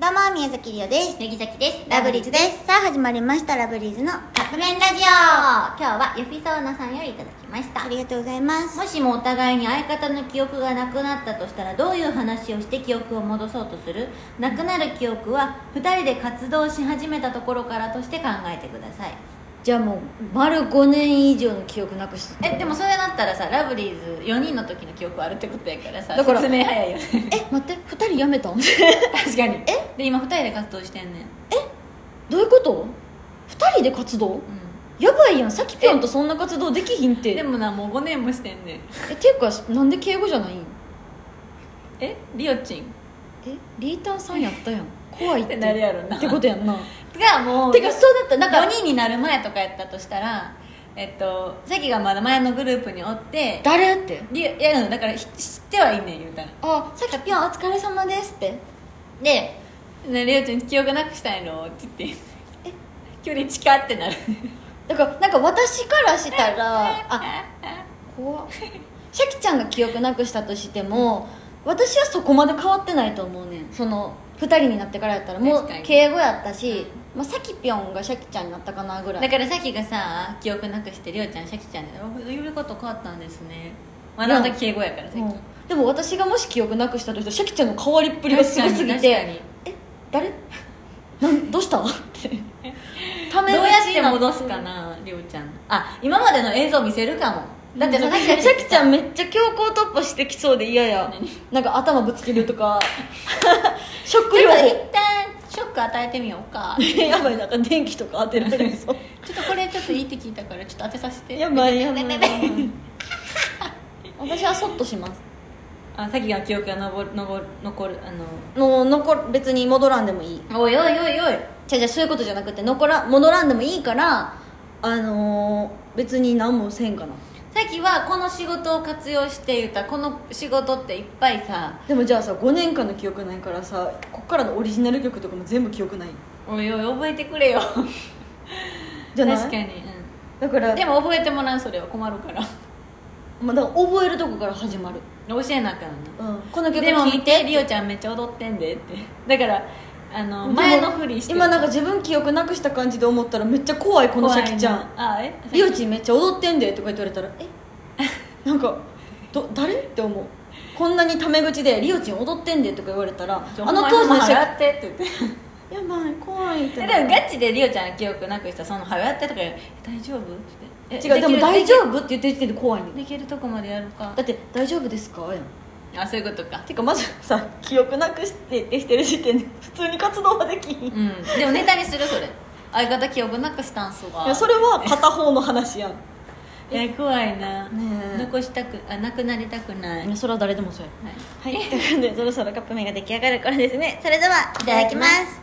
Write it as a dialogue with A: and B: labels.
A: どうも宮崎りおです
B: 乃木崎です
A: ラブリーズですすさあ始まりましたラブリーズの
B: カップ麺ラジオ今日はユフィソーナさんよりいただきました
A: ありがとうございます
B: もしもお互いに相方の記憶がなくなったとしたらどういう話をして記憶を戻そうとするなくなる記憶は2人で活動し始めたところからとして考えてください
C: じゃあもう丸5年以上の記憶なくして
B: えでもそれだったらさラブリーズ4人の時の記憶あるってことやからさ
C: だから
B: 説明早いよね
C: え待って2人やめたん
B: 確かにえで今2人で活動してんねん、
C: どういうこと2人で活動
B: う
C: やばいやんさきぴょんとそんな活動できひんって
B: ん、でもなもう5年もしてんねん
C: えていうかなんで敬語じゃないん
B: えリオチン
C: えリーターさんやったやん怖い っ
B: って
C: て
B: なるやろな
C: ってことやんな
B: がもう
C: てかそうだったなん
B: 5
C: か
B: 人になる前とかやったとしたらえっとさきがまだ前のグループにおって
C: 誰って
B: りいやうんだからひ知ってはいいねん言うたら
C: あさきぴょんお疲れ様ですって
B: で「ねりおちゃん記憶なくしたいの?」って言って「距離近って なる
C: だからなんか私からしたらあ怖っシャキちゃんが記憶なくしたとしても私はそこまで変わってないと思うねんその2人になってからやったらもう
B: 確かに
C: 敬語やったし、まあ、さきぴょんがシャキちゃんになったかなぐら
B: だ
C: い
B: からさきがさ記憶なくしてりおちゃんシャキちゃんであ「呼び方変わったんですね」まだまだ敬語やからさっき、
C: うんでも私がもし記憶なくしたとしたらシャキちゃんの変わりっぷりがすごすぎ
B: 確かに
C: て誰なんどうしたってた
B: どうやって戻すかなりょうちゃんあ今までの映像見せるかも
C: だ
B: だっ
C: ってて
B: さ
C: さ
B: さ
C: さ
B: きちゃん
C: きちゃんめっちゃ強行突破してきそうで嫌やなんか頭ぶつけると か食
B: ち
C: 料
B: ょっと一
C: を
B: 旦ショック与えてみよう か
C: やばいなんか電気とか当てられるぞ
B: ちょっとこれちょっといいって聞いたからちょっと当てさせて
C: やばいやばい
B: ね
C: や
B: ね
C: ばい
B: ね
C: 私はそっとします
B: あさっきが記憶がのぼのぼ残るあの
C: もう残る別に戻らんでもいい
B: おいおいおいおい
C: じゃあじゃあそういうことじゃなくて残ら戻らんでもいいからあのー、別に何もせんかな
B: さっきはこの仕事を活用して言ったこの仕事っていっぱいさ
C: でもじゃあさ5年間の記憶ないからさこっからのオリジナル曲とかも全部記憶ない
B: おいおい覚えてくれよ
C: じゃない
B: 確かに、
C: だか
B: う
C: ら
B: ん、でも覚えてもらうそれは困るから
C: まあ、だから覚えるとこから始まる、
B: 教えなあかんな
C: うん、この曲
B: でも
C: 聴い
B: 見てリオちゃんめっちゃ踊ってんでってだからあの前のふりして
C: 今なんか自分記憶なくした感じで思ったらめっちゃ怖いこのシャキちゃ
B: 怖い
C: ん
B: なあえ
C: 「リオチンめっちゃ踊ってんで」とか言って言われたら「え なんかど誰?」って思うこんなにタメ口で「リオチン踊ってんで」とか言われたらあの当時の
B: は
C: シ
B: や
C: ャ
B: ってって言って
C: キやばい怖いってな
B: えで
C: る
B: もガチでリオちゃん記憶なくしたその「はやって」とか言う「大丈夫?」って
C: 違うでも「大丈夫?」
B: 夫
C: って言ってる時点で怖いねん
B: できるとこまでやるか
C: だって「大丈夫ですか?」やん
B: あそういうことか
C: てかまずさ記憶なくしてってしてる時点で普通に活動はできひん、
B: う
C: い
B: んでもネタにするそれ相方記憶なくしたんすわ
C: やそれは片方の話やん
B: いや怖いな、
C: ねえ
B: 残したくあなくなりたくない、はい
C: それは誰でもそうやはいということでそろそろカップ麺が出来上がる頃ですね
A: それではいただきます